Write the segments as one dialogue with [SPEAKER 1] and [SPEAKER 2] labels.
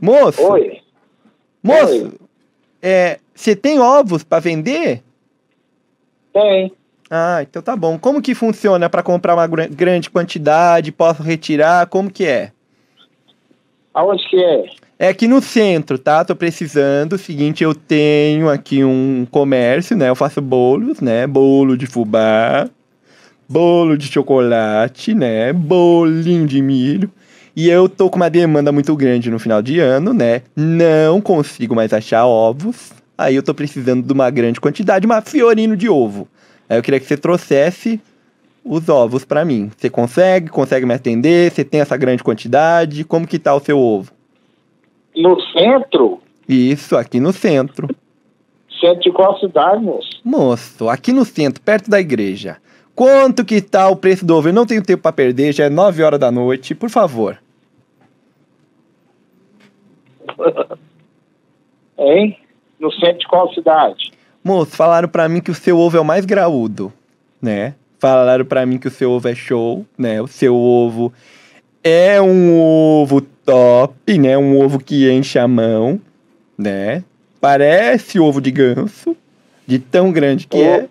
[SPEAKER 1] Moço!
[SPEAKER 2] Oi.
[SPEAKER 1] Moço!
[SPEAKER 2] Oi.
[SPEAKER 1] É, você tem ovos pra vender?
[SPEAKER 2] Tem.
[SPEAKER 1] Ah, então tá bom. Como que funciona pra comprar uma gran- grande quantidade? Posso retirar? Como que é?
[SPEAKER 2] Aonde que é?
[SPEAKER 1] É aqui no centro, tá? Tô precisando. Seguinte, eu tenho aqui um comércio, né? Eu faço bolos, né? Bolo de fubá, bolo de chocolate, né? Bolinho de milho. E eu tô com uma demanda muito grande no final de ano, né? Não consigo mais achar ovos. Aí eu tô precisando de uma grande quantidade, uma fiorino de ovo. Aí eu queria que você trouxesse os ovos pra mim. Você consegue? Consegue me atender? Você tem essa grande quantidade? Como que tá o seu ovo?
[SPEAKER 2] No centro?
[SPEAKER 1] Isso, aqui no centro.
[SPEAKER 2] Centro de qual cidade, moço?
[SPEAKER 1] Moço, aqui no centro, perto da igreja. Quanto que tá o preço do ovo? Eu não tenho tempo pra perder, já é 9 horas da noite. Por favor.
[SPEAKER 2] Hein? No centro de qual cidade?
[SPEAKER 1] Moço, falaram pra mim que o seu ovo é o mais graúdo, né? Falaram pra mim que o seu ovo é show, né? O seu ovo é um ovo top, né? Um ovo que enche a mão, né? Parece ovo de ganso, de tão grande que é.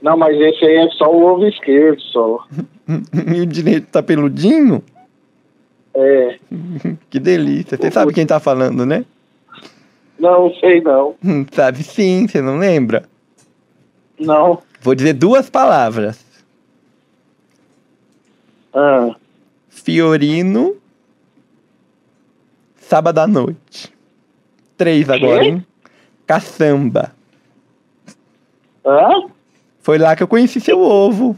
[SPEAKER 2] Não, mas esse aí é só o ovo esquerdo, só.
[SPEAKER 1] E o direito tá peludinho.
[SPEAKER 2] É.
[SPEAKER 1] Que delícia. Você sabe quem tá falando, né?
[SPEAKER 2] Não sei não.
[SPEAKER 1] Hum, Sabe sim, você não lembra?
[SPEAKER 2] Não.
[SPEAKER 1] Vou dizer duas palavras:
[SPEAKER 2] Ah,
[SPEAKER 1] Fiorino, sábado à noite. Três agora, hein? Caçamba.
[SPEAKER 2] Hã?
[SPEAKER 1] Foi lá que eu conheci seu ovo.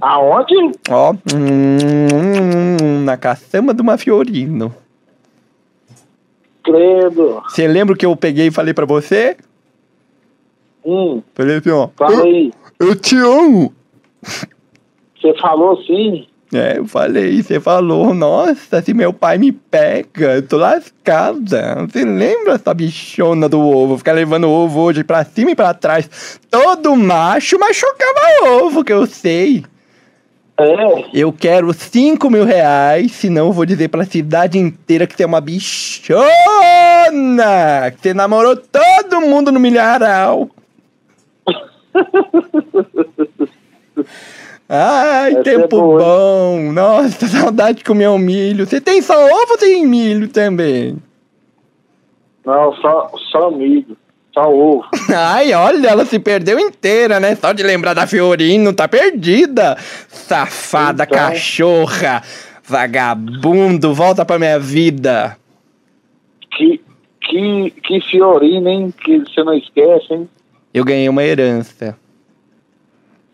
[SPEAKER 2] Aonde?
[SPEAKER 1] Ó, hum, na caçamba de uma Fiorino.
[SPEAKER 2] Credo.
[SPEAKER 1] Você lembra o que eu peguei e falei pra você?
[SPEAKER 2] Hum,
[SPEAKER 1] Falei assim, ó.
[SPEAKER 2] fala
[SPEAKER 1] "Eu-
[SPEAKER 2] aí.
[SPEAKER 1] eu te amo.
[SPEAKER 2] Você falou sim?
[SPEAKER 1] É, eu falei, você falou, nossa, se meu pai me pega, eu tô lascada. Você lembra essa bichona do ovo? Ficar levando ovo hoje pra cima e pra trás. Todo macho machucava ovo, que eu sei.
[SPEAKER 2] É.
[SPEAKER 1] Eu quero 5 mil reais, senão eu vou dizer pra cidade inteira que você é uma bichona. Que você namorou todo mundo no milharal. Ai,
[SPEAKER 2] Essa é
[SPEAKER 1] tempo
[SPEAKER 2] boa, hein?
[SPEAKER 1] bom. Nossa, saudade de comer um milho. Você tem só ovo ou tem milho também?
[SPEAKER 2] Não, só, só milho. Só ovo.
[SPEAKER 1] Ai, olha, ela se perdeu inteira, né? Só de lembrar da Fiorino, tá perdida. Safada,
[SPEAKER 2] Então.
[SPEAKER 1] cachorra, vagabundo, volta pra minha vida.
[SPEAKER 2] Que, que, que fiorina, hein? Que você não esquece, hein?
[SPEAKER 1] Eu ganhei uma herança.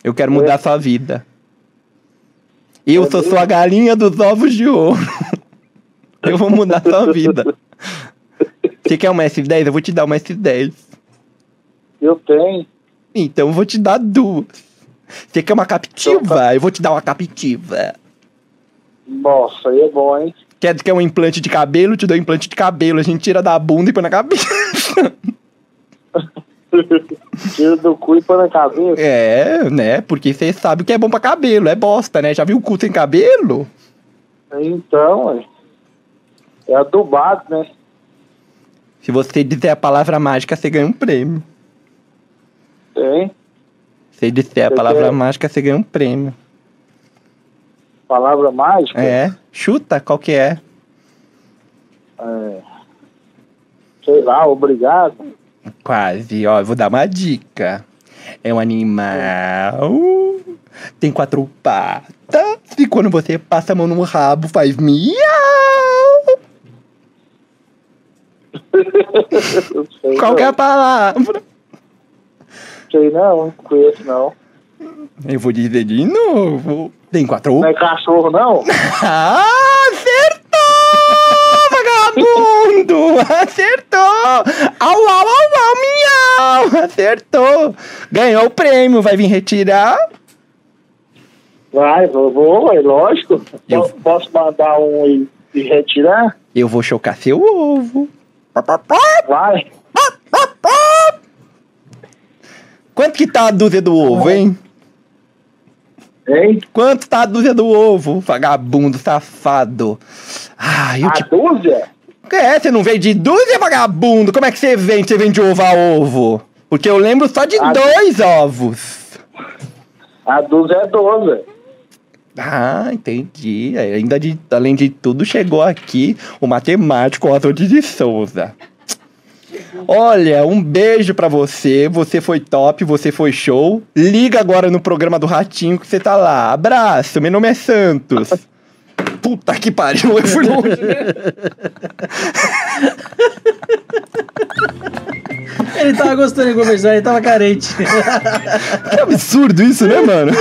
[SPEAKER 1] Eu quero mudar sua vida. Eu
[SPEAKER 2] É
[SPEAKER 1] sou
[SPEAKER 2] mesmo?
[SPEAKER 1] sua galinha dos ovos de ouro. Eu vou mudar sua vida. Você quer uma S10? Eu vou te dar uma S10.
[SPEAKER 2] Eu tenho.
[SPEAKER 1] Então eu vou te dar duas. Você quer uma captiva? Eu vou te dar uma captiva.
[SPEAKER 2] Nossa, aí é bom, hein?
[SPEAKER 1] Quer que é um implante de cabelo? Te dou um implante de cabelo. A gente tira da bunda e põe na cabeça.
[SPEAKER 2] Tira do cu e põe na cabeça.
[SPEAKER 1] É, né? Porque você sabe o que é bom pra cabelo. É bosta, né? Já viu o cu sem cabelo?
[SPEAKER 2] Então, é. É adubado, né?
[SPEAKER 1] Se você disser a palavra mágica, você ganha um prêmio.
[SPEAKER 2] Tem.
[SPEAKER 1] Se você disser a
[SPEAKER 2] Eu
[SPEAKER 1] palavra
[SPEAKER 2] quero.
[SPEAKER 1] mágica, você ganha um prêmio.
[SPEAKER 2] Palavra mágica.
[SPEAKER 1] É. Chuta, qual que é?
[SPEAKER 2] Sei lá, obrigado.
[SPEAKER 1] Quase, ó. Eu vou dar uma dica. É um animal. Tem quatro patas. E quando você passa a mão no rabo, faz miau.
[SPEAKER 2] Eu sei,
[SPEAKER 1] Qual que é a
[SPEAKER 2] não.
[SPEAKER 1] palavra?
[SPEAKER 2] Sei não, não conheço não.
[SPEAKER 1] Eu vou dizer de novo. Tem quatro.
[SPEAKER 2] Não é cachorro, não?
[SPEAKER 1] Ah, acertou, vagabundo! Acertou! Au, au, au, au, miau! Acertou! Ganhou o prêmio, vai vir retirar?
[SPEAKER 2] Vai, vou, vou, é lógico.
[SPEAKER 1] Eu-
[SPEAKER 2] Po- Posso mandar um e, e retirar?
[SPEAKER 1] Eu vou chocar seu ovo. Pá, pá, pá,
[SPEAKER 2] Vai.
[SPEAKER 1] pá, pá. Quanto que tá a dúzia do ovo, hein?
[SPEAKER 2] Hein?
[SPEAKER 1] Quanto tá a dúzia do ovo, vagabundo safado? Ah, eu
[SPEAKER 2] A
[SPEAKER 1] te...
[SPEAKER 2] dúzia?
[SPEAKER 1] É, você não vende dúzia, vagabundo? Como é que você vende? Você vende ovo a ovo? Porque eu lembro só de
[SPEAKER 2] Ah,
[SPEAKER 1] dois ovos.
[SPEAKER 2] A dúzia é 12.
[SPEAKER 1] Ah, entendi. É, Ainda de, além de tudo, chegou aqui o matemático Oswald de Souza. Olha, um beijo pra você. Você foi top, você foi show. Liga agora no programa do Ratinho que você tá lá. Abraço, meu nome é Santos. Puta que pariu, eu fui longe.
[SPEAKER 3] Ele tava gostando de conversar, ele tava carente.
[SPEAKER 1] Que É absurdo isso, né, mano?